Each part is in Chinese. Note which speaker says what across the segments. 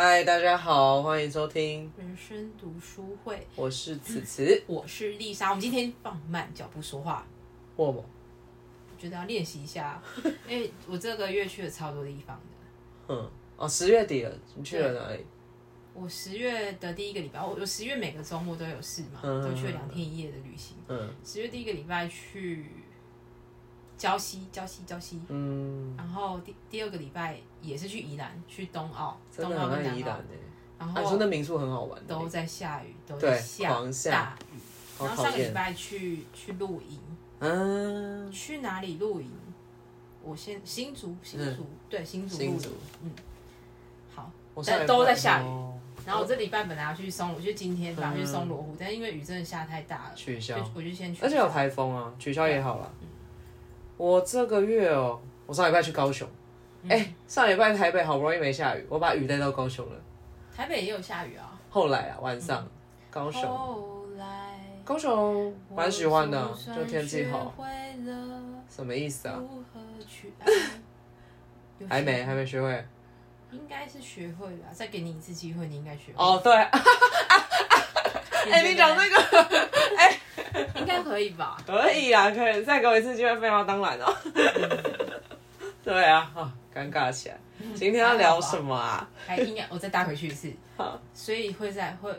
Speaker 1: 嗨，大家好，欢迎收听，
Speaker 2: 人生读书会，
Speaker 1: 我是此 慈，
Speaker 2: 我是丽莎。我们今天放慢脚步说话，
Speaker 1: 我吗？
Speaker 2: 我觉得要练习 一下，因为我这个月去了超多地方的。
Speaker 1: 嗯，哦，十月底了，你去了哪里？
Speaker 2: 我十月的第一个礼拜，我我十月每个周末都有事嘛，
Speaker 1: 嗯
Speaker 2: 都去了两天一夜的旅行。
Speaker 1: 嗯
Speaker 2: 十月第一个礼拜去礁溪，礁溪，礁溪。
Speaker 1: 嗯，
Speaker 2: 然后第第二个礼拜也是去宜兰，去东澳，
Speaker 1: 嗯真
Speaker 2: 东
Speaker 1: 的
Speaker 2: 澳
Speaker 1: 很
Speaker 2: 跟
Speaker 1: 爱宜
Speaker 2: 南
Speaker 1: 兰
Speaker 2: 澳。
Speaker 1: 诶、
Speaker 2: 然
Speaker 1: 啊，你说
Speaker 2: 后
Speaker 1: 那民宿很好玩的，
Speaker 2: 都在下雨，都
Speaker 1: 对
Speaker 2: 在下
Speaker 1: 狂下
Speaker 2: 大雨。
Speaker 1: 好
Speaker 2: 然后
Speaker 1: 讨
Speaker 2: 上个礼
Speaker 1: 厌。
Speaker 2: 拜去去露营，
Speaker 1: 嗯，
Speaker 2: 去哪里露营？我先新竹，新竹，对，新竹露
Speaker 1: 嗯新
Speaker 2: 营嗯
Speaker 1: 竹。
Speaker 2: 好，
Speaker 1: 我
Speaker 2: 但
Speaker 1: 上礼拜
Speaker 2: 都在下雨啊
Speaker 1: 哦
Speaker 2: 然后我这礼拜本来要去松罗，就今天本来要去
Speaker 1: 嗯
Speaker 2: 松罗湖，但因为雨真的下太大了，
Speaker 1: 取
Speaker 2: 就
Speaker 1: 消，
Speaker 2: 我就先去。
Speaker 1: 而且有台风啊，取消也好了。我这个月哦，我上礼拜去高雄，
Speaker 2: 嗯
Speaker 1: 哎、上礼拜台北好不容易没下雨，我把雨带到高雄了。
Speaker 2: 台北也有下雨啊。
Speaker 1: 后来啊，晚
Speaker 2: 嗯
Speaker 1: 上、高
Speaker 2: 哦
Speaker 1: 雄，
Speaker 2: 后来
Speaker 1: 高雄蛮喜欢的啊，就天气好。。什么意
Speaker 2: 意
Speaker 1: 思啊？？
Speaker 2: 有
Speaker 1: 还没，
Speaker 2: 学
Speaker 1: 还没学会。
Speaker 2: 哎应该是学会了啊，再给你一次机会，你应该学会。
Speaker 1: 哦，对，哎、
Speaker 2: 觉得
Speaker 1: 你讲这个
Speaker 2: 应该可以 吧？
Speaker 1: 可以啊，可以，再给我一次机会，废话当然哦。 对啊，啊，尴尬起来。今天要聊什么啊？
Speaker 2: 还哎应该，我再搭回去一次。
Speaker 1: 好，
Speaker 2: 所以会在会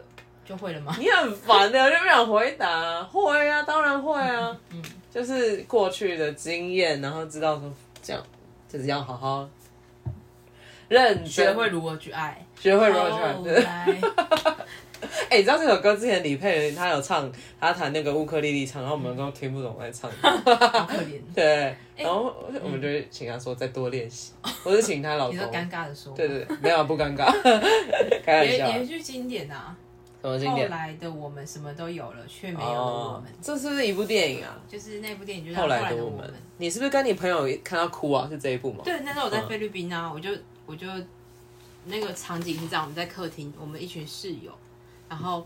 Speaker 2: 就会了吗？
Speaker 1: 你很烦的，我就不想回答、会啊，当然会啊。嗯，就是过去的经验，然后知道说这样，就是要好好认真
Speaker 2: 学会如何去爱，哦
Speaker 1: 学会如何去玩
Speaker 2: 后。来。
Speaker 1: 哎、你知道这首歌之前李佩玲她有唱，她弹那个乌克丽丽唱，然后我们都听不懂在唱。
Speaker 2: 好可 怜。
Speaker 1: 对，然后我们就会请她说再多练习，或是请她老
Speaker 2: 哦你
Speaker 1: 公
Speaker 2: 说。尴尬的说，
Speaker 1: 对对，对没有不尴尬，开玩
Speaker 2: 也
Speaker 1: 笑。
Speaker 2: 也是经典啊。
Speaker 1: 什么经
Speaker 2: 后
Speaker 1: 典？哦
Speaker 2: 来的我们什么都有了，却没有了我们。
Speaker 1: 这是不是一部电影啊？
Speaker 2: 就是那部电影，就是
Speaker 1: 后来
Speaker 2: 来
Speaker 1: 的
Speaker 2: 的
Speaker 1: 我
Speaker 2: 们
Speaker 1: 们。，你是不是跟你朋友看到哭啊？是这一部吗？
Speaker 2: 对，那时候我在
Speaker 1: 嗯
Speaker 2: 菲律宾啊，我就我就那个场景是这样，我们在客厅，我们一群室友，然后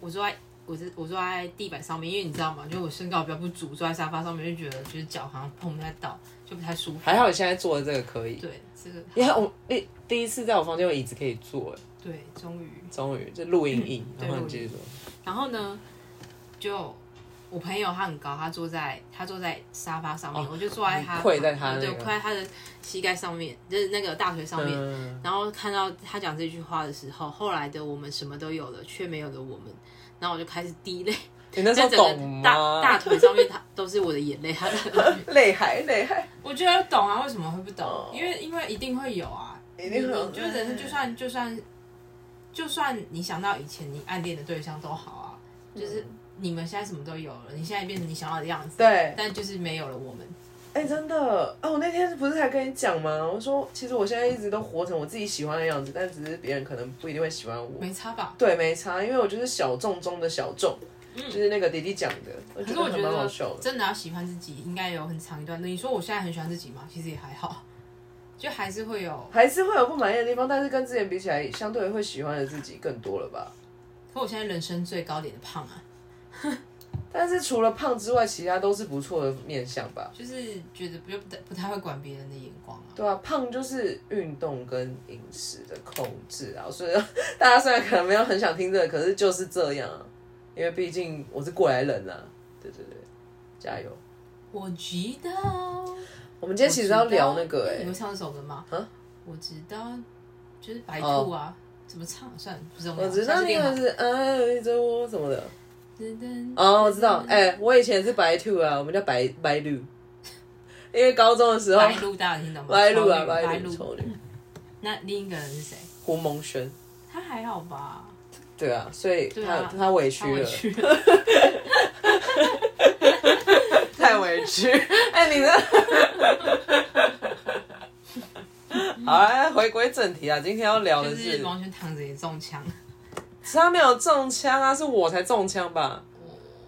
Speaker 2: 我坐在。我是我坐在地板上面，因为你知道吗？就我身高比较不足，坐在沙发上面就觉得就是脚好像碰不太到，就不太舒服。
Speaker 1: 还好你现在做的这个可以。
Speaker 2: 对，这个
Speaker 1: 你看我哎，第一次在我房间有椅子可以坐，哎
Speaker 2: 对，终于
Speaker 1: 终于这录音椅，
Speaker 2: 嗯对
Speaker 1: 然后
Speaker 2: 录
Speaker 1: 你继
Speaker 2: 音
Speaker 1: 续说。
Speaker 2: 然后呢，就我朋友他很高，他坐在他坐在沙发上面，
Speaker 1: 哦
Speaker 2: 我就坐在他
Speaker 1: 你跪在他那个
Speaker 2: 对，我跪在他的膝盖上面，就是那个大腿上面。
Speaker 1: 嗯，
Speaker 2: 然后看到他讲这句话的时候，后来的我们什么都有了，却没有了我们。然后我就开始滴泪，
Speaker 1: 你那时 候
Speaker 2: 就整
Speaker 1: 懂
Speaker 2: 个
Speaker 1: 吗？
Speaker 2: 大 大腿上面他都是我的眼泪。他的，
Speaker 1: 泪海，泪海，
Speaker 2: 我觉得懂啊，为什么会不懂？
Speaker 1: 哦
Speaker 2: 因为因为一定会有啊，
Speaker 1: 一定会有
Speaker 2: 你你就是人生就算就算就算你想到以前你暗恋的对象都好啊，就是你们现在什么都有了，你现在变成你想要的样子，
Speaker 1: 对，哎、
Speaker 2: 但就是没有了我们。
Speaker 1: 真的，啊，我那天不是才跟你讲吗？我说，其实我现在一直都活成我自己喜欢的样子，但只是别人可能不一定会喜欢我。
Speaker 2: 没差吧？
Speaker 1: 对，没差，因为我就是小众中的小众，就是那个迪迪讲的，我
Speaker 2: 嗯可
Speaker 1: 觉
Speaker 2: 是我觉
Speaker 1: 得蛮好
Speaker 2: 得
Speaker 1: 笑的。
Speaker 2: 真的要喜欢自己，应该有很长一段路。你说我现在很喜欢自己吗？其实也还好，就还是会有。
Speaker 1: 还是会有不满意的地方，但是跟之前比起来，相对会喜欢的自己更多了吧？
Speaker 2: 可我现在人生最高点的胖啊，
Speaker 1: 但是除了胖之外，其他都是不错的面相吧？
Speaker 2: 就是觉得不就不太不太会管别人的眼光啊。
Speaker 1: 对啊，胖就是运动跟饮食的控制啊，所以 大家虽然可能没有很想听这个，可是就是这样啊，因为毕竟我是过来人啊，对对对，加油！
Speaker 2: 我知道。
Speaker 1: 我们今天其实要聊那个
Speaker 2: 你
Speaker 1: 哎、
Speaker 2: 会唱这首歌吗？
Speaker 1: 啊，哦
Speaker 2: 我知道，就是白兔啊，怎么唱算了，不是
Speaker 1: 欸我知道那个是爱着我什么的哦，
Speaker 2: 哦
Speaker 1: 我知道，哎、我以前是白兔啊，我们叫白白鹿，因为高中的时候
Speaker 2: 白鹿大家听懂吗？
Speaker 1: 白鹿啊
Speaker 2: 白
Speaker 1: 白鹿
Speaker 2: 鹿。
Speaker 1: 丑女
Speaker 2: 那另一个人是谁？
Speaker 1: 胡蒙轩，
Speaker 2: 他还好吧？
Speaker 1: 对啊，所以
Speaker 2: 对
Speaker 1: 他、
Speaker 2: 啊，
Speaker 1: 他委
Speaker 2: 他
Speaker 1: 屈
Speaker 2: 委
Speaker 1: 了，
Speaker 2: 屈了。
Speaker 1: 太委 屈。哎、你的。 好啊，回归正题啊，今天要聊的
Speaker 2: 就是
Speaker 1: 是，
Speaker 2: 王轩躺着也中枪，
Speaker 1: 他没有中枪啊，是我才中枪吧？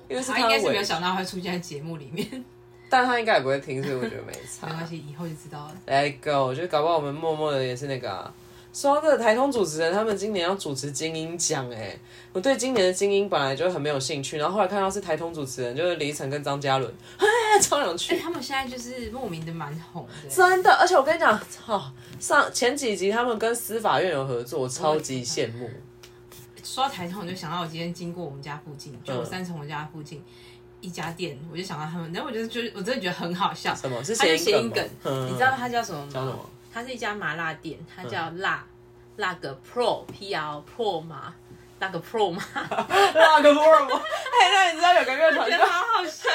Speaker 1: 因为是
Speaker 2: 他
Speaker 1: 他
Speaker 2: 应该是没有
Speaker 1: 委，
Speaker 2: 想到会出现在节目里面。
Speaker 1: 但他应该也不会听，所以我觉得没
Speaker 2: 没关
Speaker 1: 差。
Speaker 2: 系，以后就知道了。
Speaker 1: Let it go，就是搞不好我们默默的也是那个、啊。说到这个台通主持人，他们今年要主持金鹰奖，哎，我对今年的金鹰本来就很没有兴趣，然后后来看到是台通主持人，就是李晨跟张嘉伦，哎， 在超想去
Speaker 2: 哎、。他们现在就是莫名的蛮红的，
Speaker 1: 真的，而且我跟你讲，操、上前几集他们跟司法院有合作，我超级羡慕。
Speaker 2: 嗯说到台中，我就想到我今天经过我们家附近，
Speaker 1: 嗯
Speaker 2: 就我三重我家附近一家店，我就想到他们，然后我就觉得我真的觉得很好笑，
Speaker 1: 什么是
Speaker 2: 他就
Speaker 1: 谐
Speaker 2: 谐
Speaker 1: 音
Speaker 2: 音
Speaker 1: 梗
Speaker 2: 梗
Speaker 1: 吗？嗯
Speaker 2: 你知道 它叫什么吗？
Speaker 1: 叫什么？嗯
Speaker 2: 它是一家麻辣店，它叫辣、辣个 Pro P L Pro 麻辣个 Pro 麻，
Speaker 1: 那个破吗？哎，那你知道有个乐团
Speaker 2: 觉
Speaker 1: 叫
Speaker 2: 得好好笑，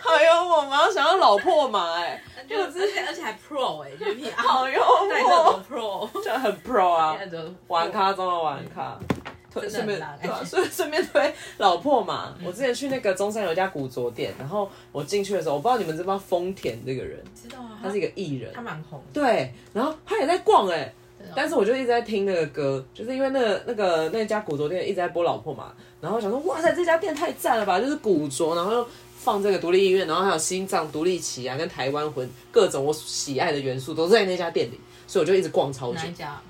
Speaker 1: 好幽默吗？我想要老破马哎、
Speaker 2: 就而且而且还 Pro 哎、就是你
Speaker 1: 好幽
Speaker 2: 带 这
Speaker 1: 默
Speaker 2: 种，Pro，
Speaker 1: 这样很 pro 啊，
Speaker 2: 带着
Speaker 1: 玩咖中的玩咖。推
Speaker 2: 真
Speaker 1: 顺便
Speaker 2: 的很辣嗯
Speaker 1: 对啊，顺 顺便推老破马。我之前去那个中山有一家古着店，然后我进去的时候，我不知道你们知不知道丰田这个人，
Speaker 2: 知道啊，
Speaker 1: 他是一个艺人，
Speaker 2: 他蛮红的，
Speaker 1: 对，然后他也在逛哎、
Speaker 2: 真的
Speaker 1: 但是我就一直在听那个歌，就是因为那个那个那家古着店一直在播老破嘛，然后我想说哇塞，这家店太赞了吧，就是古着，然后又放这个独立音乐，然后还有心脏独立旗啊，跟台湾魂各种我喜爱的元素都在那家店里，所以我就一直逛超久
Speaker 2: 哪。一家？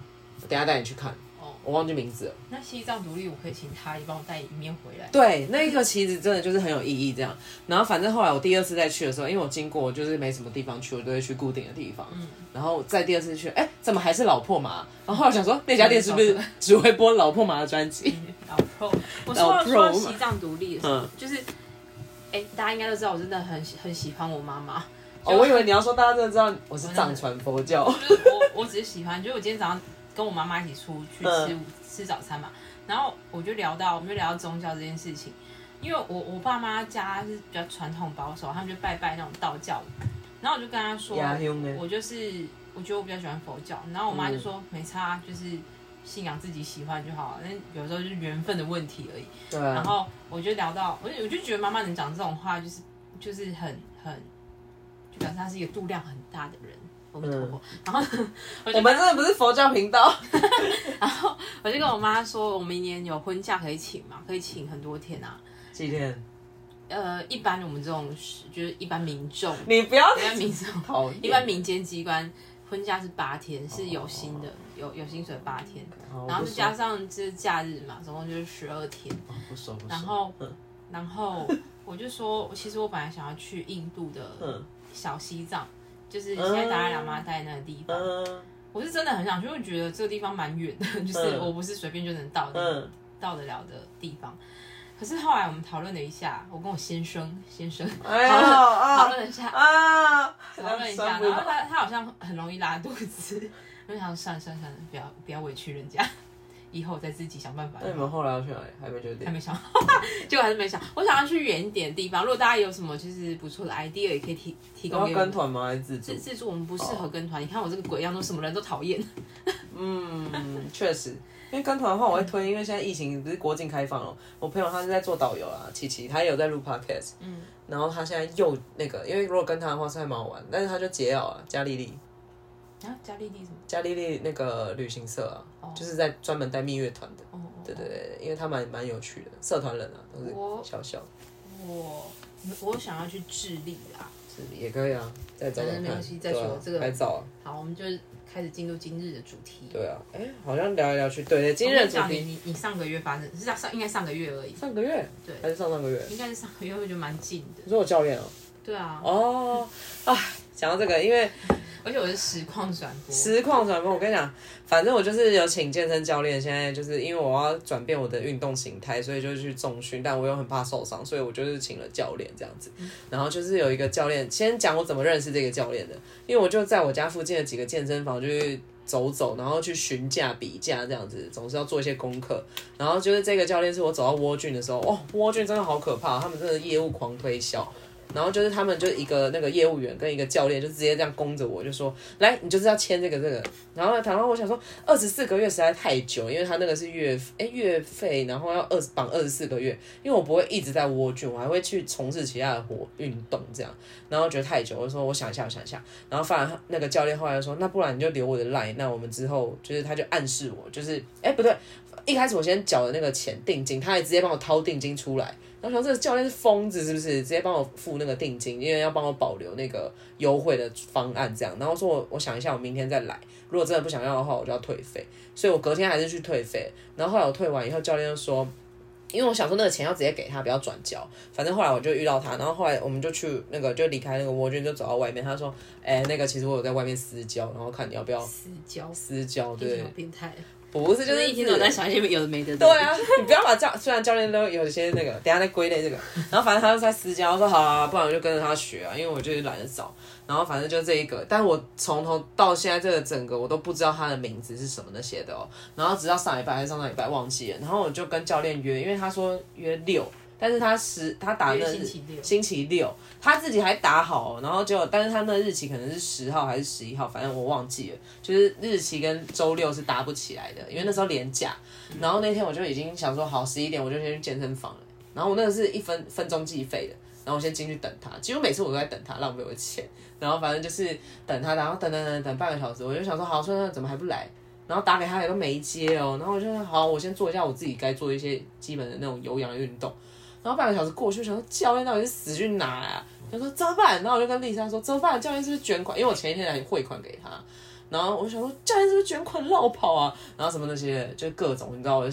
Speaker 1: 等一下带你去看，
Speaker 2: 哦，
Speaker 1: 我忘记名字了。
Speaker 2: 那西藏独立我可以请他帮我带一面回来。
Speaker 1: 对，那一个旗子真的就是很有意义这样。然后反正后来我第二次再去的时候，因为我经过我就是没什么地方去，我都会去固定的地方。
Speaker 2: 嗯
Speaker 1: 然后再第二次去，哎、怎么还是老破麻？然后我想说那家店是不是只会哎播老破麻的专辑？嗯
Speaker 2: 老哦 pro，我嗯说
Speaker 1: 老
Speaker 2: 到
Speaker 1: pro
Speaker 2: 说
Speaker 1: 嘛
Speaker 2: 到西藏独立的时候，就是，哎、大家应该都知道，我真的很喜很喜欢我妈 妈。
Speaker 1: 哦，我以为你要说大家真的知道我是藏传佛教，
Speaker 2: 就是我我只是喜欢，就是我今天早上跟我妈妈一起出去吃、
Speaker 1: 嗯
Speaker 2: 吃早餐嘛，然后我就聊到我们就聊到宗教这件事情，因为我我爸妈家是比较传统保守，他们就拜拜那种道教，然后我就跟他说，
Speaker 1: 呀凶的
Speaker 2: 我就是我觉得我比较喜欢佛教，然后我妈就说、没差，啊就是信仰自己喜欢就好了，啊那有时候就是缘分的问题而已。
Speaker 1: 对
Speaker 2: 然
Speaker 1: 啊，
Speaker 2: 后我就聊到，我就我就觉得妈妈能讲这种话，就是就是很很，就表示她是一个度量很大的人。我们婆，然后呢 我
Speaker 1: 我
Speaker 2: 就
Speaker 1: 们真的不是佛教频道，
Speaker 2: 我就跟我妈说，我明年有婚假可以请嘛，可以请很多天啊。
Speaker 1: 几天？
Speaker 2: 呃，一般我们这种是就是一般民众，
Speaker 1: 你不要
Speaker 2: 一般民众，
Speaker 1: 讨厌
Speaker 2: 一般民间机关婚假是八天，是有薪的，有有薪水八天，
Speaker 1: 好
Speaker 2: 然后
Speaker 1: 我不
Speaker 2: 就
Speaker 1: 熟
Speaker 2: 加上这假日嘛，总共就是十二天。
Speaker 1: 哦不熟不熟，
Speaker 2: 然后
Speaker 1: 嗯
Speaker 2: 然后我就说，其实我本来想要去印度的
Speaker 1: 嗯
Speaker 2: 小西藏，就是现在达赖喇嘛待那个地方，
Speaker 1: 嗯
Speaker 2: 我是真的很想去，因为觉得这个地方蛮远的， 就是
Speaker 1: 嗯
Speaker 2: 我不是随便就能到的
Speaker 1: 嗯，
Speaker 2: 到得了的地方。可是后来我们讨论了一下，我跟我先生先生
Speaker 1: 哎呦
Speaker 2: 讨
Speaker 1: 啊
Speaker 2: 论了一下，
Speaker 1: 啊，
Speaker 2: 讨论一下，然后他他好像很容易拉肚子， 我就想算了算了算了，不要不要委屈人家， 以后我再自己想办法。
Speaker 1: 那你们后来要去哪里？还没决定
Speaker 2: 还。没想， 结果还是没想。我想要去远一点的地方。如果大家有什么就是不错的 idea，也可以提提
Speaker 1: 你要
Speaker 2: 供给我
Speaker 1: 跟
Speaker 2: 们。
Speaker 1: 团吗？还是自助
Speaker 2: 自？自助我们不适合跟团，你看我这个鬼样，都什么人都讨厌。
Speaker 1: 嗯，确实，因为跟团的话我会推，因为现在疫情不是国境开放了。我朋友他是在做导游啊，琪琪他也有在录 podcast，嗯，然后他现在又那个，因为如果跟他的话是还蛮好玩，但是他就解咬啊，加利利，
Speaker 2: 啊，加利利什么？
Speaker 1: 加利利那个旅行社啊，就是在专门带蜜月团的，
Speaker 2: 哦，
Speaker 1: 对对对，因为他蛮蛮有趣的，社团人啊都
Speaker 2: 我
Speaker 1: 是小小，
Speaker 2: 我我想要去智利啦。
Speaker 1: 是也可以啊，再找找
Speaker 2: 嗯
Speaker 1: 看，
Speaker 2: 没关系再说
Speaker 1: 对啊
Speaker 2: 这个
Speaker 1: 拍照啊，
Speaker 2: 好，我们就开始进入今日的主题。
Speaker 1: 对啊，哎，好像聊一聊去，对对，今
Speaker 2: 我
Speaker 1: 日的
Speaker 2: 跟你
Speaker 1: 主
Speaker 2: 讲，你
Speaker 1: 题
Speaker 2: 你你上个月发生是上上应该上个月而已，
Speaker 1: 上个月
Speaker 2: 对
Speaker 1: 还是上上个月？
Speaker 2: 应该是上个月，我觉得蛮近的
Speaker 1: 你。说我教练哦、
Speaker 2: 对啊，
Speaker 1: 哦，啊，讲到这个，因为
Speaker 2: 而且我是实况转播，
Speaker 1: 实况转播，我跟你讲，反正我就是有请健身教练，现在就是因为我要转变我的运动形态，所以就去重训，但我又很怕受伤，所以我就是请了教练这样子。然后就是有一个教练，先讲我怎么认识这个教练的，因为我就在我家附近的几个健身房就去走走，然后去询价比价这样子，总是要做一些功课。然后就是这个教练是我走到窝俊的时候，哦，窝俊真的好可怕，他们真的业务狂推销。然后就是他们就一个那个业务员跟一个教练就直接这样攻着我，就说来你就是要签这个这个。然后然后我想说二十四个月实在太久，因为他那个是月哎月费，然后要二绑二十四个月，因为我不会一直在蜗居，我还会去从事其他的活运动这样。然后觉得太久，我就说我想一下，我想一下。然后反而那个教练后来就说，那不然你就留我的 line，那我们之后就是他就暗示我，就是哎不对，一开始我先缴的那个钱定金，他还直接帮我掏定金出来。然后想这个教练是疯子是不是？直接帮我付那个定金，因为要帮我保留那个优惠的方案这样。然后说我我想一下，我明天再来。如果真的不想要的话，我就要退费。所以我隔天还是去退费。然后后来我退完以后，教练就说：“因为我想说那个钱要直接给他，不要转交。反正后来我就遇到他，然后后来我们就去那个就离开那个蜗居，就走到外面。他说：“哎、那个其实我有在外面私交，然后看你要不要
Speaker 2: 私交，
Speaker 1: 私交。”
Speaker 2: 真的
Speaker 1: 对
Speaker 2: 好，变态，
Speaker 1: 不是就
Speaker 2: 就是
Speaker 1: 是
Speaker 2: 一天到晚在想一些有的没的。
Speaker 1: 对，啊，你不要把教，虽然教练都有一些那个，等一下再归类这个。然后反正他就在私教，我说好啊，不然我就跟着他学啊，因为我就是懒得找。然后反正就这一个，但我从头到现在这个整个我都不知道他的名字是什么那些的哦。然后直到上礼拜还是上上礼拜忘记了，然后我就跟教练约，因为他说约六，但是他十他打的
Speaker 2: 约
Speaker 1: 是
Speaker 2: 星期六
Speaker 1: 星期六，他自己还打好哦、然后结果但是他那日期可能是十号还是十一号，反正我忘记了，就是日期跟周六是搭不起来的，因为那时候连假。然后那天我就已经想说，好，十一点我就先去健身房了。然后我那个是一分分钟计费的，然后我先进去等他，几乎每次我都在等他，浪费我的钱。然后反正就是等他，然后等等等等半个小时，我就想说，好，算算怎么还不来？然后打给他也都没接哦，然后我就说好，我先做一下我自己该做一些基本的那种有氧运动。然后半个小时过去，我想说教练到底是死去哪啊？他说怎么办？然后我就跟丽莎说怎么办？教练是不是卷款？因为我前一天还汇款给他，然后我就想说教练是不是卷款绕跑啊？然后什么那些就各种，你知道我，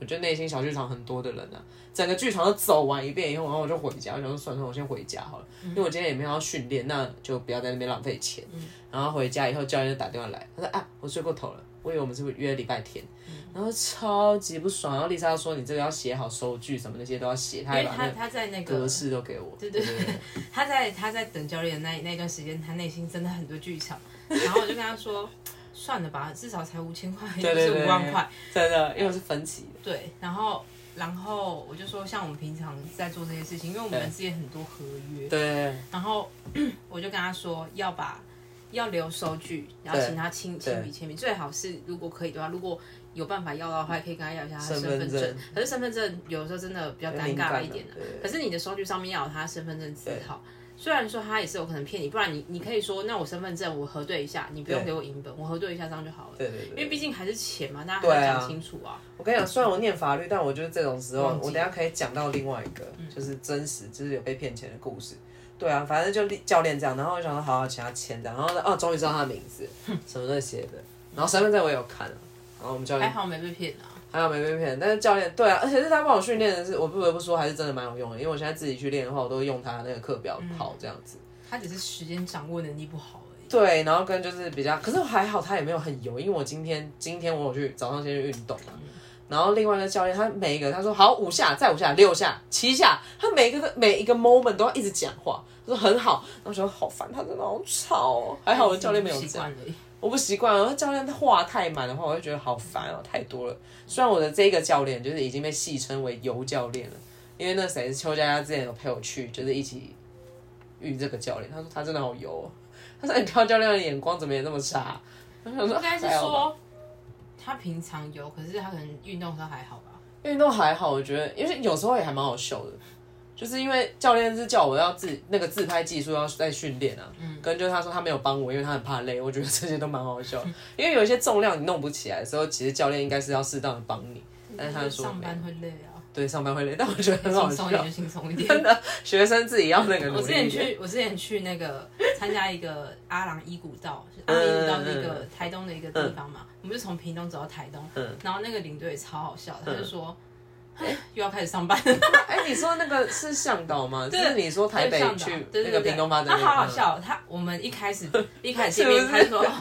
Speaker 1: 我觉得内心小剧场很多的人啊，整个剧场都走完一遍以后，然后我就回家，我想说算了，我先回家好了，
Speaker 2: 嗯
Speaker 1: 因为我今天也没有要训练，那就不要在那边浪费钱。然后回家以后，教练就打电话来，他说啊，我睡过头了，我以为我们是约礼拜天，
Speaker 2: 嗯
Speaker 1: 然后超级不爽。然后丽莎说你这个要写好收据什么那些都要写，他还
Speaker 2: 因为
Speaker 1: 把那
Speaker 2: 他
Speaker 1: 个
Speaker 2: 他在那
Speaker 1: 格
Speaker 2: 个
Speaker 1: 式都给我。
Speaker 2: 对对对，他在他在等教练的那那段时间，他内心真的很多剧场。然后我就跟他说，算了吧， 至少才五千块，又
Speaker 1: 对
Speaker 2: 不
Speaker 1: 对
Speaker 2: 是
Speaker 1: 对，
Speaker 2: 五万块。，
Speaker 1: 真的，因为我是分期的，
Speaker 2: 对，然后然后我就说，像我们平常在做这些事情，因为我
Speaker 1: 对
Speaker 2: 们之间很多合约，
Speaker 1: 对
Speaker 2: 然后 我就跟他说要把要留收据，然后
Speaker 1: 对
Speaker 2: 请他亲亲笔签名，最好是如果可以的话，如果有办法要到的话，也可以跟他要一下他的
Speaker 1: 身
Speaker 2: 身
Speaker 1: 份
Speaker 2: 份
Speaker 1: 证
Speaker 2: 证。可是身份证有时候真的比较尴
Speaker 1: 敏感
Speaker 2: 尬
Speaker 1: 啊
Speaker 2: 一点的
Speaker 1: 对，
Speaker 2: 可是你的收据上面要有他身份证字号。虽然说他也是有可能骗你，不然你你可以说，那我身份证我核对一下，你不用
Speaker 1: 对
Speaker 2: 给我银本，我核对一下这样就好了。
Speaker 1: 对对对。
Speaker 2: 因为毕竟还是钱嘛，大家
Speaker 1: 对
Speaker 2: 还
Speaker 1: 啊
Speaker 2: 要讲清楚啊。
Speaker 1: 我跟你讲，虽然我念法律，但我就是这种时候，
Speaker 2: 忘记
Speaker 1: 我等一下可以讲到另外一个，就是真实，就是有被骗钱的故事。对啊，反正就立教练这样，然后我想说好好啊请他签这样，然后呢哦，终于知道他的名字，什么那些的，然后身份证我也有看啊，然后我们教
Speaker 2: 还
Speaker 1: 练
Speaker 2: 好没被骗啊。
Speaker 1: 还有没被骗，但是教练对啊，而且是他帮我训练的是，我不得不说还是真的蛮有用的，因为我现在自己去练的话，我都用他那个课表跑这样子。
Speaker 2: 他只是时间掌握能力不好而已。
Speaker 1: 对，然后跟就是比较，可是还好他也没有很油，因为我今天今天我有去早上先去运动嘛，然后另外一个教练他每一个他说好五下，再五下，六下，七下，他每一个每一个 moment 都要一直讲话，他说很好，然后我觉得好烦，他真的好吵哦，还好我的教练没有
Speaker 2: 习
Speaker 1: 这样。
Speaker 2: 惯而已。
Speaker 1: 我不习惯，然后教练他话太满的话，我就觉得好烦哦，太多了。虽然我的这个教练就是已经被戏称为“油教练”了，因为那谁邱佳佳之前有陪我去，就是一起遇这个教练，他说他真的好油、哦，他说你挑教练的眼光怎么也那么差？我想说
Speaker 2: 应该是
Speaker 1: 还好吧
Speaker 2: 说他平常有，可是他可能运动的时候还好吧。
Speaker 1: 运动还好，我觉得因为有时候也还蛮好笑的，就是因为教练是叫我要自那个自拍技术要再训练啊，
Speaker 2: 嗯
Speaker 1: 跟就是他说他没有帮我，因为他很怕累，我觉得这些都蛮好 笑，因为有一些重量你弄不起来的时候，其实教练应该是要适当的帮你，但是他说
Speaker 2: 嗯上
Speaker 1: 没有
Speaker 2: 班会累啊，
Speaker 1: 对上班会累，但我觉得 很好
Speaker 2: 轻松一
Speaker 1: 笑
Speaker 2: 点，就轻松一
Speaker 1: 真
Speaker 2: 点。
Speaker 1: 的学生自己要那个努
Speaker 2: 我
Speaker 1: 力
Speaker 2: 之
Speaker 1: 一点
Speaker 2: 前去，我之前去那个 参加一个阿郎伊古道，是阿
Speaker 1: 嗯
Speaker 2: 郎伊古道是
Speaker 1: 嗯
Speaker 2: 一个台东的一个地方嘛，我们就从屏东走到台东，然后那个领队也超好笑的，他
Speaker 1: 嗯
Speaker 2: 就说。哎， 又要开始上班了，
Speaker 1: 哎、你说那个是向导吗？就
Speaker 2: 对
Speaker 1: 是你说 台北
Speaker 2: 上岛
Speaker 1: 去
Speaker 2: 对
Speaker 1: 那
Speaker 2: 对
Speaker 1: 个
Speaker 2: 对
Speaker 1: 屏
Speaker 2: 对，
Speaker 1: 东发展
Speaker 2: 他
Speaker 1: 那个，嗯
Speaker 2: 好好笑哦。他我们一开始 一开始见
Speaker 1: 是
Speaker 2: 面，
Speaker 1: 不
Speaker 2: 他
Speaker 1: 是
Speaker 2: 就说哦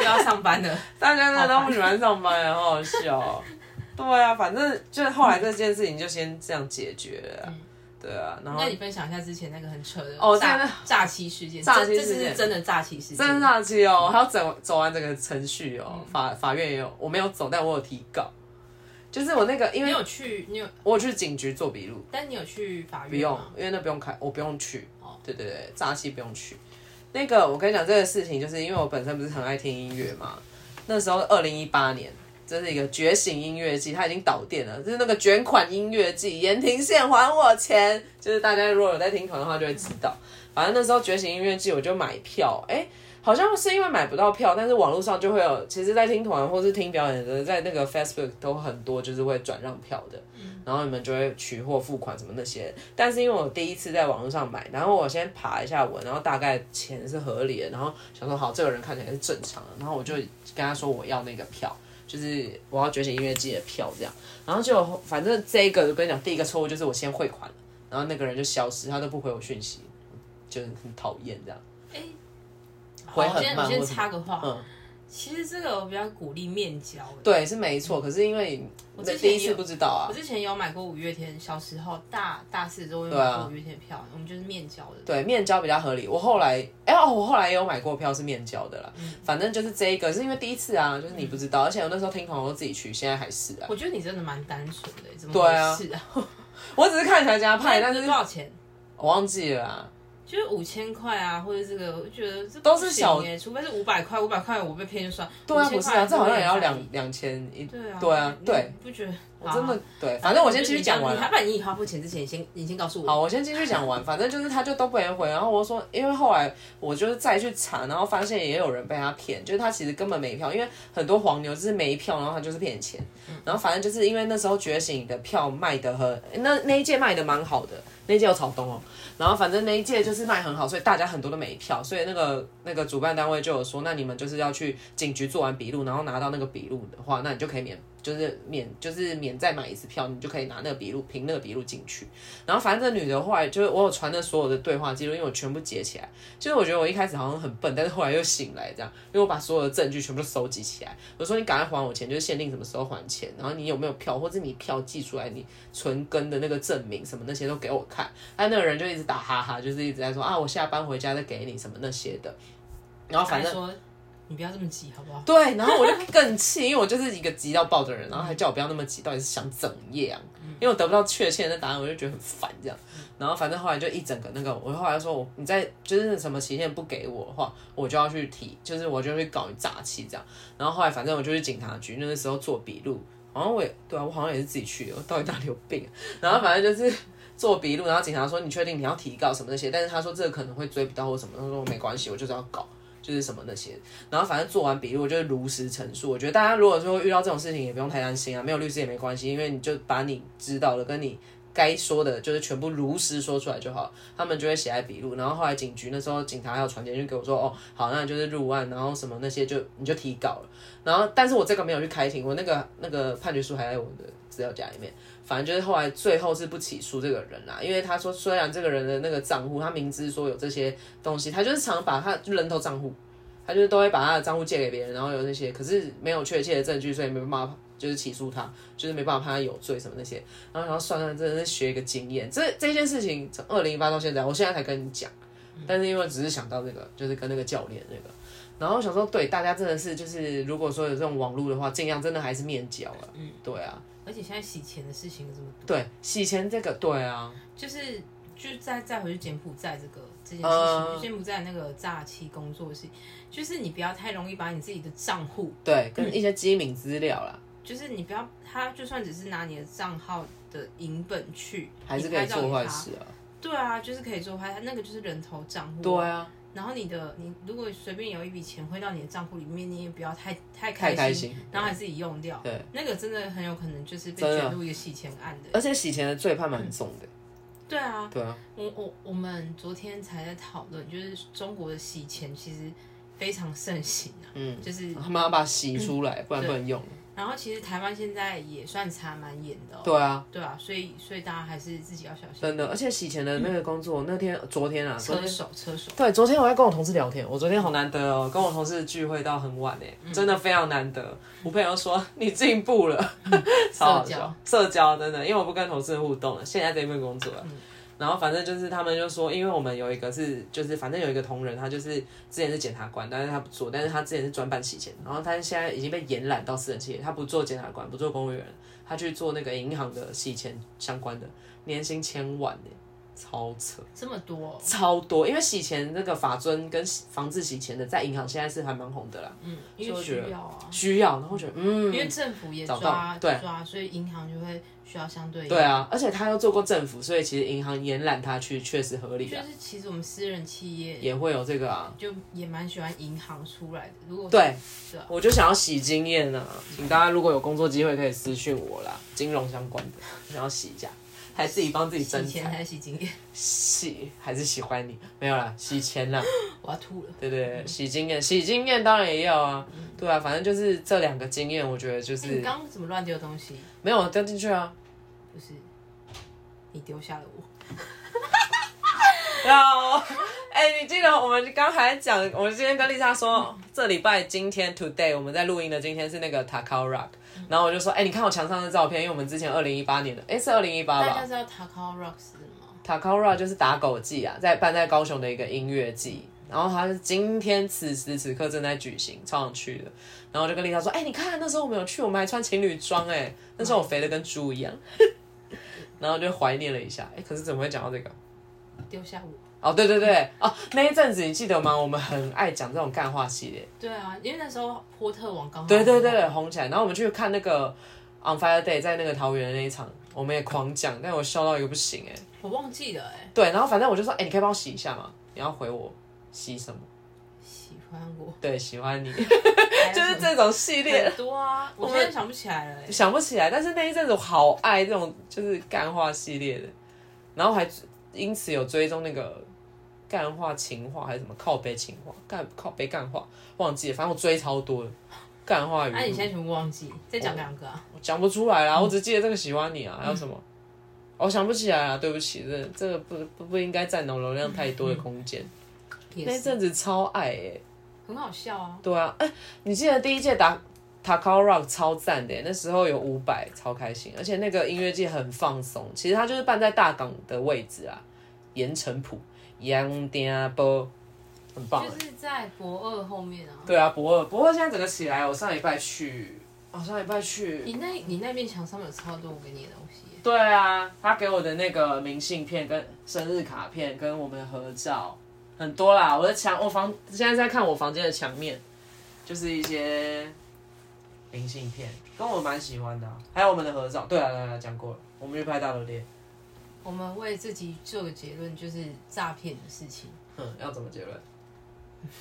Speaker 2: 又要上班了，
Speaker 1: 大家真的都不喜欢上班，好好笑哦。 对啊，反正就是后来这件事情就先这样解决了啊。对啊，然后
Speaker 2: 嗯那你分享一下之前那个很扯的
Speaker 1: 哦真
Speaker 2: 诈
Speaker 1: 的
Speaker 2: 诈欺事件，
Speaker 1: 诈欺
Speaker 2: 这这
Speaker 1: 事
Speaker 2: 次
Speaker 1: 件
Speaker 2: 是真的诈欺事件，
Speaker 1: 真的上去
Speaker 2: 嗯
Speaker 1: 哦，我还要走走完整个程序哦。法法院也有，我没有走，但我有提告。就是我那个，因
Speaker 2: 你
Speaker 1: 为
Speaker 2: 有去，你有，
Speaker 1: 我有去警局做笔录，
Speaker 2: 但你有去法
Speaker 1: 不
Speaker 2: 院
Speaker 1: 用
Speaker 2: 吗？，
Speaker 1: 因为那不用开，我不用去。
Speaker 2: 嗯哦
Speaker 1: 对对对，诈欺不用去。那个我跟你讲这个事情，就是因为我本身不是很爱听音乐嘛。那时候二零一八年，这是一个觉醒音乐季，它已经倒店了，就是那个卷款音乐季，盐亭县还我钱。就是大家如果有在听团的话，就会知道。反正那时候觉醒音乐季，我就买票，哎、好像是因为买不到票，但是网络上就会有，其实，在听团或是听表演的，在那个 Facebook 都很多，就是会转让票的，然后你们就会取货付款什么那些。但是因为我第一次在网络上买，然后我先爬一下文，然后大概钱是合理的，然后想说好，这个人看起来是正常的，然后我就跟他说我要那个票，就是我要觉醒音乐季的票这样。然后就反正这一个我跟你讲，第一个错误就是我先汇款了，然后那个人就消失，他都不回我讯息，就是很讨厌这样。
Speaker 2: 哎好，
Speaker 1: 回
Speaker 2: 我
Speaker 1: 很
Speaker 2: 先
Speaker 1: 慢
Speaker 2: 我
Speaker 1: 或
Speaker 2: 先
Speaker 1: 什么
Speaker 2: 插个话，
Speaker 1: 嗯
Speaker 2: 其实这个我比较鼓励面交。哎，
Speaker 1: 对，是没错。可是因为
Speaker 2: 我
Speaker 1: 那
Speaker 2: 之前
Speaker 1: 第一
Speaker 2: 也
Speaker 1: 次
Speaker 2: 有
Speaker 1: 不知道啊
Speaker 2: 我，之前有买过五月天，小时候大大四的时候有
Speaker 1: 对啊
Speaker 2: 买过五月天票，我们就是面交的。
Speaker 1: 对面交比较合理。我后来，哎、哦，我后来也有买过票是面交的啦。
Speaker 2: 嗯
Speaker 1: 反正就是这一个，是因为第一次啊，就是你不知道，而且我那时候听团我都自己去，现在还是啊。
Speaker 2: 我觉得你真的蛮单纯的，欸怎么
Speaker 1: 对啊
Speaker 2: 回事啊？
Speaker 1: 我只是看起来加派，啊但
Speaker 2: 这
Speaker 1: 是
Speaker 2: 多少钱？
Speaker 1: 我忘记了啊。
Speaker 2: 就是五千块啊，或者这个，我觉得这
Speaker 1: 都是小
Speaker 2: 哎，除非是五百块，五百块我被骗就算。
Speaker 1: 对啊，
Speaker 2: 5000
Speaker 1: 不是啊，
Speaker 2: 块
Speaker 1: 这好像也要
Speaker 2: 我在意
Speaker 1: 两两千一。
Speaker 2: 对啊，
Speaker 1: 对啊
Speaker 2: 你
Speaker 1: 对，
Speaker 2: 不觉得？
Speaker 1: 我真
Speaker 2: 好
Speaker 1: 的
Speaker 2: 啊，
Speaker 1: 对，反正我先继续讲完
Speaker 2: 你还
Speaker 1: 了。
Speaker 2: 把你以花付钱之前，你先你先告诉我。
Speaker 1: 好，我先继续讲完，反正就是他就都不能回，然后我说，因为后来我就是再去查，然后发现也有人被他骗，就是他其实根本没票，因为很多黄牛就是没票，然后他就是骗钱，然后反正就是因为那时候觉醒的票卖的很，那那一届卖的蛮好的，那一届有草东哦，然后反正那一届就是卖很好，所以大家很多都没票，所以那个那个主办单位就有说，那你们就是要去警局做完笔录，然后拿到那个笔录的话，那你就可以免，就是免就是免再买一次票，你就可以拿那个笔录凭那个笔录进去。然后反正这女的后来就是我有传那所有的对话记录，因为我全部截起来。就是我觉得我一开始好像很笨，但是后来又醒来这样，因为我把所有的证据全部都收集起来。我说你赶快还我钱，就是限定什么时候还钱，然后你有没有票，或者你票寄出来，你存根的那个证明什么那些都给我看。啊但那个人就一直打哈哈，就是一直在说啊，我下班回家再给你什么那些的。然后反正
Speaker 2: 还说你不要这么急，好不好？
Speaker 1: 对，然后我就更气，因为我就是一个急到爆的人，然后还叫我不要那么急，到底是想怎样？因为我得不到确切的答案，我就觉得很烦这样。然后反正后来就一整个那个，我后来就说我你在就是什么期限不给我的话，我就要去提，就是我就去搞你诈欺这样。然后后来反正我就去警察局，那个时候做笔录，好像我也对啊，我好像也是自己去的，我到底哪里有病啊、然后反正就是。 做笔录，然后警察说你确定你要提告什么那些，但是他说这个可能会追不到或什么，他说没关系，我就是要搞，就是什么那些，然后反正做完笔录，我就如实陈述。我觉得大家如果说遇到这种事情，也不用太担心啊，没有律师也没关系，因为你就把你知道的跟你该说的，就是全部如实说出来就好了。他们就会写在笔录，然后后来警局那时候警察还有传简讯给我说，哦，好，那就是入案，然后什么那些就你就提告了。然后但是我这个没有去开庭，我那个那个判决书还在我的资料夹里面。反正就是后来最后是不起诉这个人啦，因为他说虽然这个人的那个账户，他明知说有这些东西，他就是常把他就人头账户。他就是都会把他的账户借给别人，然后有那些，可是没有确切的证据，所以没办法就是起诉他，就是没办法判他有罪什么那些。然后然后算算，真的是学一个经验。这这件事情从二零一八到现在，我现在才跟你讲，但是因为只是想到这个，就是跟那个教练那个，然后想说，对大家真的是就是如果说有这种网络的话，尽量真的还是面交啊，嗯，对啊，
Speaker 2: 而且现在洗钱的事情有这么多，
Speaker 1: 对洗钱这个，对啊，
Speaker 2: 就是就再再回去柬埔寨这个这件事情，
Speaker 1: 嗯
Speaker 2: 就柬埔寨那个诈欺工作室，就是你不要太容易把你自己的账户，
Speaker 1: 对，跟一些机敏资料啦，
Speaker 2: 就是你不要他就算只是拿你的账号的银本去，
Speaker 1: 还是
Speaker 2: 你
Speaker 1: 可以
Speaker 2: 拍照
Speaker 1: 做
Speaker 2: 给
Speaker 1: 坏
Speaker 2: 他。
Speaker 1: 事啊，
Speaker 2: 对啊，就是可以做坏，他那个就是人头账户。
Speaker 1: 对。啊，
Speaker 2: 然后你的你如果随便有一笔钱汇到你的账户里面，你也不要太太开
Speaker 1: 太
Speaker 2: 心，
Speaker 1: 开心，
Speaker 2: 然后还自己用掉。
Speaker 1: 对，
Speaker 2: 那个真的很有可能就是被
Speaker 1: 真的
Speaker 2: 卷入一个洗钱案的。
Speaker 1: 而且洗钱的罪判蛮重的，
Speaker 2: 对啊，
Speaker 1: 对啊。
Speaker 2: 我我我们昨天才在讨论，就是中国的洗钱其实非常盛行啊，
Speaker 1: 嗯，
Speaker 2: 就是
Speaker 1: 他们要把它洗出来，不然不能用。
Speaker 2: 然后其实台湾现在也算查蛮严的、哦，
Speaker 1: 对啊，
Speaker 2: 对啊，所以所以大家还是自己要小心。
Speaker 1: 真的，而且洗钱的那个工作，那天昨天啊，昨
Speaker 2: 车
Speaker 1: 天
Speaker 2: 手车手，
Speaker 1: 对，昨天我在跟我同事聊天，我昨天好难得哦，跟我同事聚会到很晚哎、真的非常难得。我朋友说你进步了，超好笑，社交真的，因为我不跟同事互动了，现在这份工作了。然后反正就是他们就说，因为我们有一个是就是反正有一个同仁，他就是之前是检察官，但是他不做，但是他之前是专办洗钱，然后他现在已经被延揽到私人企业，他不做检察官，不做公务员，他去做那个银行的洗钱相关的，年薪千万呢、超扯。
Speaker 2: 这么多哦、
Speaker 1: 超多，因为洗钱那个法尊跟洗防治洗钱的，在银行现在是还蛮红的啦，
Speaker 2: 嗯，因
Speaker 1: 所以
Speaker 2: 为
Speaker 1: 我觉
Speaker 2: 需
Speaker 1: 得
Speaker 2: 要啊，
Speaker 1: 需要，然后觉得嗯
Speaker 2: 因，为政府也
Speaker 1: 找到
Speaker 2: 抓
Speaker 1: 对
Speaker 2: 抓，所以银行就会需要相对
Speaker 1: 对啊，而且他又做过政府，所以其实银行延揽他去确实合理
Speaker 2: 就
Speaker 1: 啦，
Speaker 2: 是其实我们私人企业
Speaker 1: 也会有这个啊，
Speaker 2: 就也蛮喜欢银行出来的，如果
Speaker 1: 对
Speaker 2: 对啊，
Speaker 1: 我就想要洗经验啊，请大家如果有工作机会可以私讯我啦，金融相关的，我想要洗一下。还自己帮自己
Speaker 2: 洗
Speaker 1: 增
Speaker 2: 钱还
Speaker 1: 财，
Speaker 2: 是洗经验？
Speaker 1: 喜还是喜欢你？没有啦，洗钱啦，
Speaker 2: 我要吐了。
Speaker 1: 对对对，洗经验，洗经验当然也要啊，对啊，反正就是这两个经验，我觉得就
Speaker 2: 哎你
Speaker 1: 是
Speaker 2: 刚刚怎么乱丢东西？
Speaker 1: 没有掉进去啊，
Speaker 2: 不是，你丢下了我。
Speaker 1: 然后，哎、你记得我们刚才讲，我们今天跟丽莎说，这礼拜今天 today 我们在录音的今天是那个 Takao Rock，然后我就说，哎、你看我墙上的照片，因为我们之前二零一八年的，哎、是二零一八
Speaker 2: 大家
Speaker 1: 吧
Speaker 2: 知道 Takao Rocks 的吗？
Speaker 1: ？Takao Rock 就是打狗祭啊，在办在高雄的一个音乐季。然后它是今天此时此刻正在举行，超想去的。然后我就跟丽莎说：“哎、你看那时候我们有去，我们还穿情侣装哎、那时候我肥的跟猪一样。” 然后就怀念了一下。哎、可是怎么会讲到这个？
Speaker 2: 丢下我。
Speaker 1: 哦，对对对，哦，那一阵子你记得吗？我们很爱讲这种干话系列，
Speaker 2: 对啊，因为那时候波特王哦刚好
Speaker 1: 对对对，红起来。然后我们去看那个 On Fire Day，在那个桃园的那一场，我们也狂讲，但我笑到一个不行哎。
Speaker 2: 我忘记了哎、
Speaker 1: 对，然后反正我就说，哎，你可以帮我洗一下吗？你要回我洗什么？
Speaker 2: 喜欢 我，
Speaker 1: 对，喜欢 你，
Speaker 2: 就
Speaker 1: 就是这种系列
Speaker 2: 很，多啊，我
Speaker 1: 我
Speaker 2: 现
Speaker 1: 们
Speaker 2: 在想不起来了、欸。
Speaker 1: 想不起来。但是那一阵子我好爱这种就是干话系列的，然后还因此有追踪那个干话情话还是什么靠背情话干靠背干话，忘记了，反正我追超多的干话语录。
Speaker 2: 那、啊你现在全部忘记，再讲两个啊？
Speaker 1: 我讲不出来啦，我只记得这个喜欢你
Speaker 2: 嗯
Speaker 1: 啊，还有什么？我想不起来啊了，对不起，这这个不不不应该占容量太多的空间。
Speaker 2: 嗯也
Speaker 1: 那
Speaker 2: 是，
Speaker 1: 阵子超爱欸，
Speaker 2: 很好笑啊。
Speaker 1: 对啊，哎、你记得第一届打 Takao Rock 超赞的欸，那时候有五百，超开心，而且那个音乐季很放松，其实它就是办在大港的位置啊，盐城埔杨丁波，很棒欸。
Speaker 2: 就是在博二后面啊。
Speaker 1: 对啊，博二博二现在整个起来，我上礼拜去，我、上礼拜去
Speaker 2: 你那，你那面墙上面有超多我给你的东西耶、
Speaker 1: 对啊，他给我的那个明信片、跟生日卡片、跟我们合照很多啦。我的墙，我房现在在看我房间的墙面，就是一些明信片，跟我蛮喜欢的啊、还有我们的合照。对啊，对啊，讲过了，我们去拍大头贴。
Speaker 2: 我们为自己做个结论，就是诈骗的事情。
Speaker 1: 哼，嗯要怎么结论？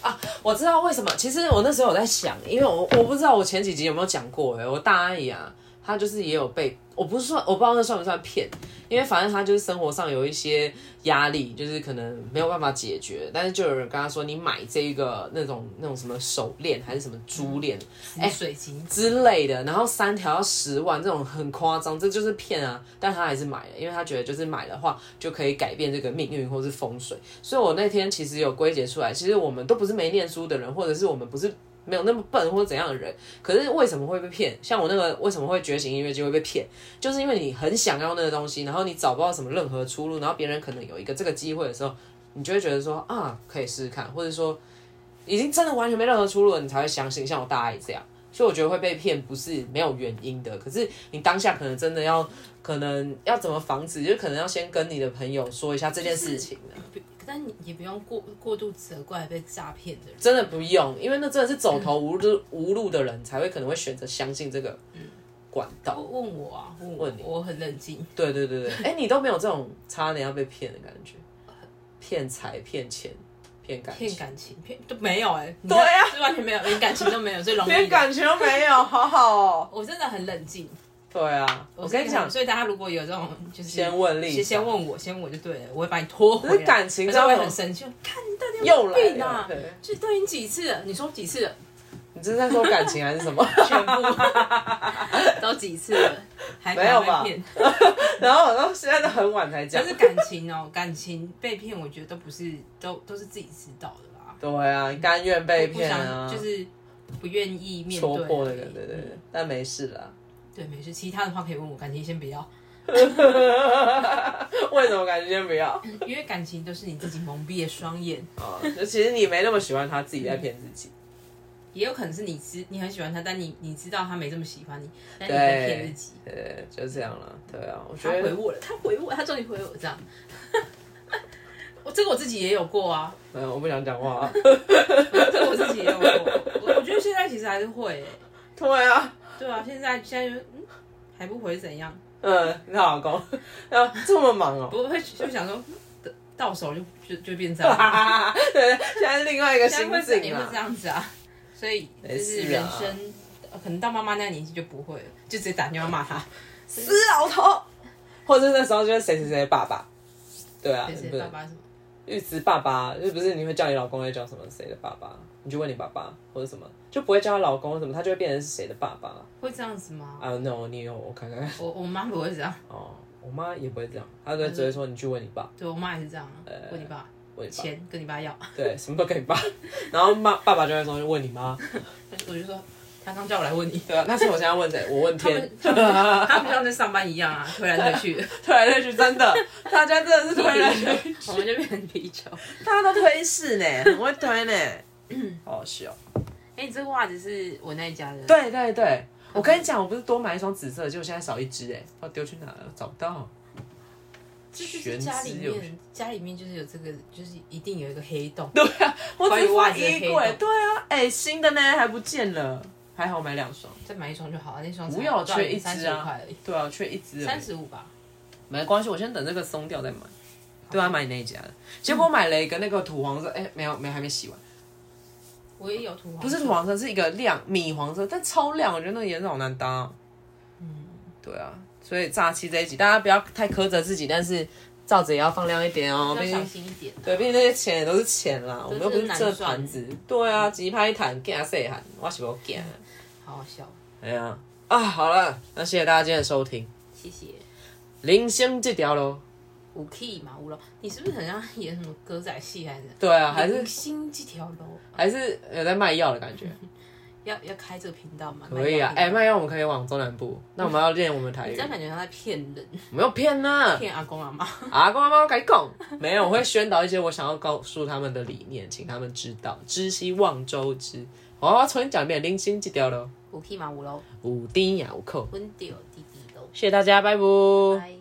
Speaker 1: 啊，我知道为什么。其实我那时候有在想，因为我我不知道我前几集有没有讲过、欸，我大阿姨啊，她就是也有被，我不是算，我不知道那算不算骗，因为反正她就是生活上有一些压力，就是可能没有办法解决，但是就有人跟她说，你买这个那种那种什么手链还是什么珠链，
Speaker 2: 哎，水晶，
Speaker 1: 之类的，然后三条要十万，这种很夸张，这就是骗啊！但他还是买了，因为他觉得就是买的话就可以改变这个命运或是风水。所以我那天其实有归结出来，其实我们都不是没念书的人，或者是我们不是没有那么笨或者怎样的人，可是为什么会被骗？像我那个为什么会觉醒音乐就会被骗，就是因为你很想要那个东西，然后你找不到什么任何出路，然后别人可能有一个这个机会的时候，你就会觉得说啊，可以试试看，或者说已经真的完全没任何出路了，你才会相信。像我大阿姨这样。所以我觉得会被骗不是没有原因的，可是你当下可能真的要，可能要怎么防止，就可能要先跟你的朋友说一下这件事情啊
Speaker 2: 但你也不用过过度责怪被诈骗的人。
Speaker 1: 真的不用，因为那真的是走投无路、无路的人才会可能会选择相信这个管道。
Speaker 2: 问问我啊，问我
Speaker 1: 问你，
Speaker 2: 我很冷静。
Speaker 1: 对对对对，哎、你都没有这种差点要被骗的感觉，骗财、骗钱、骗感
Speaker 2: 骗
Speaker 1: 情，
Speaker 2: 感情，骗都没有哎、你
Speaker 1: 对啊
Speaker 2: 看是完全没有，连感情都没有，所以容易的。
Speaker 1: 情都没有，好好哦。
Speaker 2: 我真的很冷静。
Speaker 1: 对啊，我跟你
Speaker 2: 是这
Speaker 1: 讲
Speaker 2: 样，所以大家如果有这种就是
Speaker 1: 先问丽
Speaker 2: 先
Speaker 1: 莎
Speaker 2: 先问我，先问我就对了，我会把你拖回
Speaker 1: 可
Speaker 2: 来。
Speaker 1: 是感情
Speaker 2: 可是我
Speaker 1: 这
Speaker 2: 会
Speaker 1: 种
Speaker 2: 很生气，看你到底有
Speaker 1: 又
Speaker 2: 没
Speaker 1: 来
Speaker 2: 有病
Speaker 1: 了，
Speaker 2: 啊！
Speaker 1: 对
Speaker 2: 就对你几次了？你说几次了？
Speaker 1: 你这是在说感情还是什么？
Speaker 2: 全部都几次了，还
Speaker 1: 没有吧
Speaker 2: 还会骗
Speaker 1: 然后我到现在都很晚才讲
Speaker 2: 可。是感情哦，感情被骗，我觉得都不是都都是自己知道的啦。
Speaker 1: 对啊，甘愿被
Speaker 2: 不
Speaker 1: 骗啊，
Speaker 2: 想就是不愿意面对
Speaker 1: 戳
Speaker 2: 而已，
Speaker 1: 破那个，对对对
Speaker 2: 嗯，
Speaker 1: 但没事啦。
Speaker 2: 对，没事。其他的话可以问我，感情先不要，
Speaker 1: 为什么感觉先不要？
Speaker 2: 因为感情都是你自己蒙蔽了双眼，
Speaker 1: 哦，就其实你没那么喜欢他，自己在骗自己。
Speaker 2: 也有可能是你知你很喜欢他，但你你知道他没这么喜欢你，但你
Speaker 1: 对
Speaker 2: 在骗自己。
Speaker 1: 呃，就这样了。对啊，我觉
Speaker 2: 嗯他回
Speaker 1: 得
Speaker 2: 我了，他回我，他终于回我这样。 我这个我自己也有过 啊，
Speaker 1: 没有，我不想讲话、啊。
Speaker 2: 这个我自己也有过。我我觉得现在其实还是会欸、
Speaker 1: 对啊，
Speaker 2: 对啊，现在现在就嗯还不回是怎样？
Speaker 1: 嗯，你好老公， 啊，这么忙哦、
Speaker 2: 不会就想说，嗯到手就就就变这样。
Speaker 1: 哈，对，现在是另外一个
Speaker 2: 现
Speaker 1: 心
Speaker 2: 在会是也
Speaker 1: 境
Speaker 2: 会
Speaker 1: 啦
Speaker 2: 这。样子啊，所以就
Speaker 1: 没事
Speaker 2: 是
Speaker 1: 啊
Speaker 2: 人生，呃可能到妈妈那个年纪就不会了，就直接打电话骂他。
Speaker 1: 死老头，或者是那时候就是谁谁谁的爸爸，对啊，
Speaker 2: 谁
Speaker 1: 不
Speaker 2: 谁
Speaker 1: 是
Speaker 2: 爸爸什么？
Speaker 1: 玉子爸爸，就不是你会叫你老公，会叫什么谁的爸爸？你就问你爸爸或者什么，就不会叫他老公或什么，他就会变成是谁的爸爸。
Speaker 2: 会这样子吗？
Speaker 1: I don't know，你有我看看。
Speaker 2: 我我妈不会这样，
Speaker 1: 哦，我妈也不会这样，她就只会说你去问你爸，
Speaker 2: 对我妈也是这样啊，问你爸
Speaker 1: 问你爸，
Speaker 2: 钱跟你爸要，
Speaker 1: 对，什么都跟你爸。 然后妈爸爸就会说问你妈，
Speaker 2: 我就说他刚叫我来问你，
Speaker 1: 对啊，那是我现在问 谁？我 问
Speaker 2: 他
Speaker 1: 天
Speaker 2: 们。他们他们像在上班一样啊，推来推去，
Speaker 1: 推来推去，真的，大家真的是推
Speaker 2: 啊
Speaker 1: 来 推去，
Speaker 2: 我们就变成啤酒。
Speaker 1: 大家都推 事呢，很会推呢， 好好笑。
Speaker 2: 哎，你这个袜子是我那一家的，，
Speaker 1: 对对对，我跟你讲，我不是多买一双紫色的，结果现在少一只哎，我丢去哪了？找不到。
Speaker 2: 这就是家里
Speaker 1: 玄之又
Speaker 2: 面家里面就是有这个，就是一定有一个黑洞。
Speaker 1: 对啊，我
Speaker 2: 关于
Speaker 1: 只
Speaker 2: 袜
Speaker 1: 放
Speaker 2: 子的黑
Speaker 1: 衣
Speaker 2: 洞
Speaker 1: 柜。对啊，哎、新的呢还不见了，还好买两双。
Speaker 2: 再买一双就好了，那双
Speaker 1: 不要缺一只啊
Speaker 2: 三十五块而已，
Speaker 1: 对啊，缺一只而已。
Speaker 2: 三十五吧。
Speaker 1: 没关系，我先等这个松掉再买。对啊，买你那一家的。结果我买了一个那个土黄色，哎、没有没有，还没洗完，
Speaker 2: 我也有土黄，
Speaker 1: 不是土，黄色，是一个亮米黄色，但超亮，我觉得那个颜色好难搭、哦。嗯，对啊，所以炸气这一集大家不要太苛责自己，但是罩子也要放亮一点哦，
Speaker 2: 要
Speaker 1: 毕
Speaker 2: 小
Speaker 1: 竟
Speaker 2: 心一点啊。
Speaker 1: 对，毕竟那些钱也都是钱啦，我们又不是
Speaker 2: 难
Speaker 1: 这
Speaker 2: 赚
Speaker 1: 盘子。对啊，吉拍一弹，给他谁喊？我是不给。
Speaker 2: 好好笑，
Speaker 1: 哎呀，啊，好了，那谢谢大家今天的收听。
Speaker 2: 谢谢。
Speaker 1: 人生这条路，
Speaker 2: 五 key 嘛，五楼，你是不是很像演什么歌仔戏来着？
Speaker 1: 对啊，还是
Speaker 2: 新这条楼
Speaker 1: 还是有在卖药的感觉。
Speaker 2: 要要开这个频道嘛？
Speaker 1: 可以啊，
Speaker 2: 卖
Speaker 1: 哎、
Speaker 2: 药频道
Speaker 1: 卖药我们可以往中南部，那我们要练我们台
Speaker 2: 你
Speaker 1: 语
Speaker 2: 这。样感觉像在骗人，
Speaker 1: 我没有骗呢，
Speaker 2: 骗阿公阿妈。
Speaker 1: 阿公阿妈改讲，没有，我会宣导一些我想要告诉他们的理念，请他们知道，知悉望周知。我要重新讲一遍，人生这条路，
Speaker 2: 五 key 嘛，五楼，
Speaker 1: 有甜也有苦。
Speaker 2: 温迪弟弟楼，
Speaker 1: 谢谢大家，拜拜。
Speaker 2: 拜。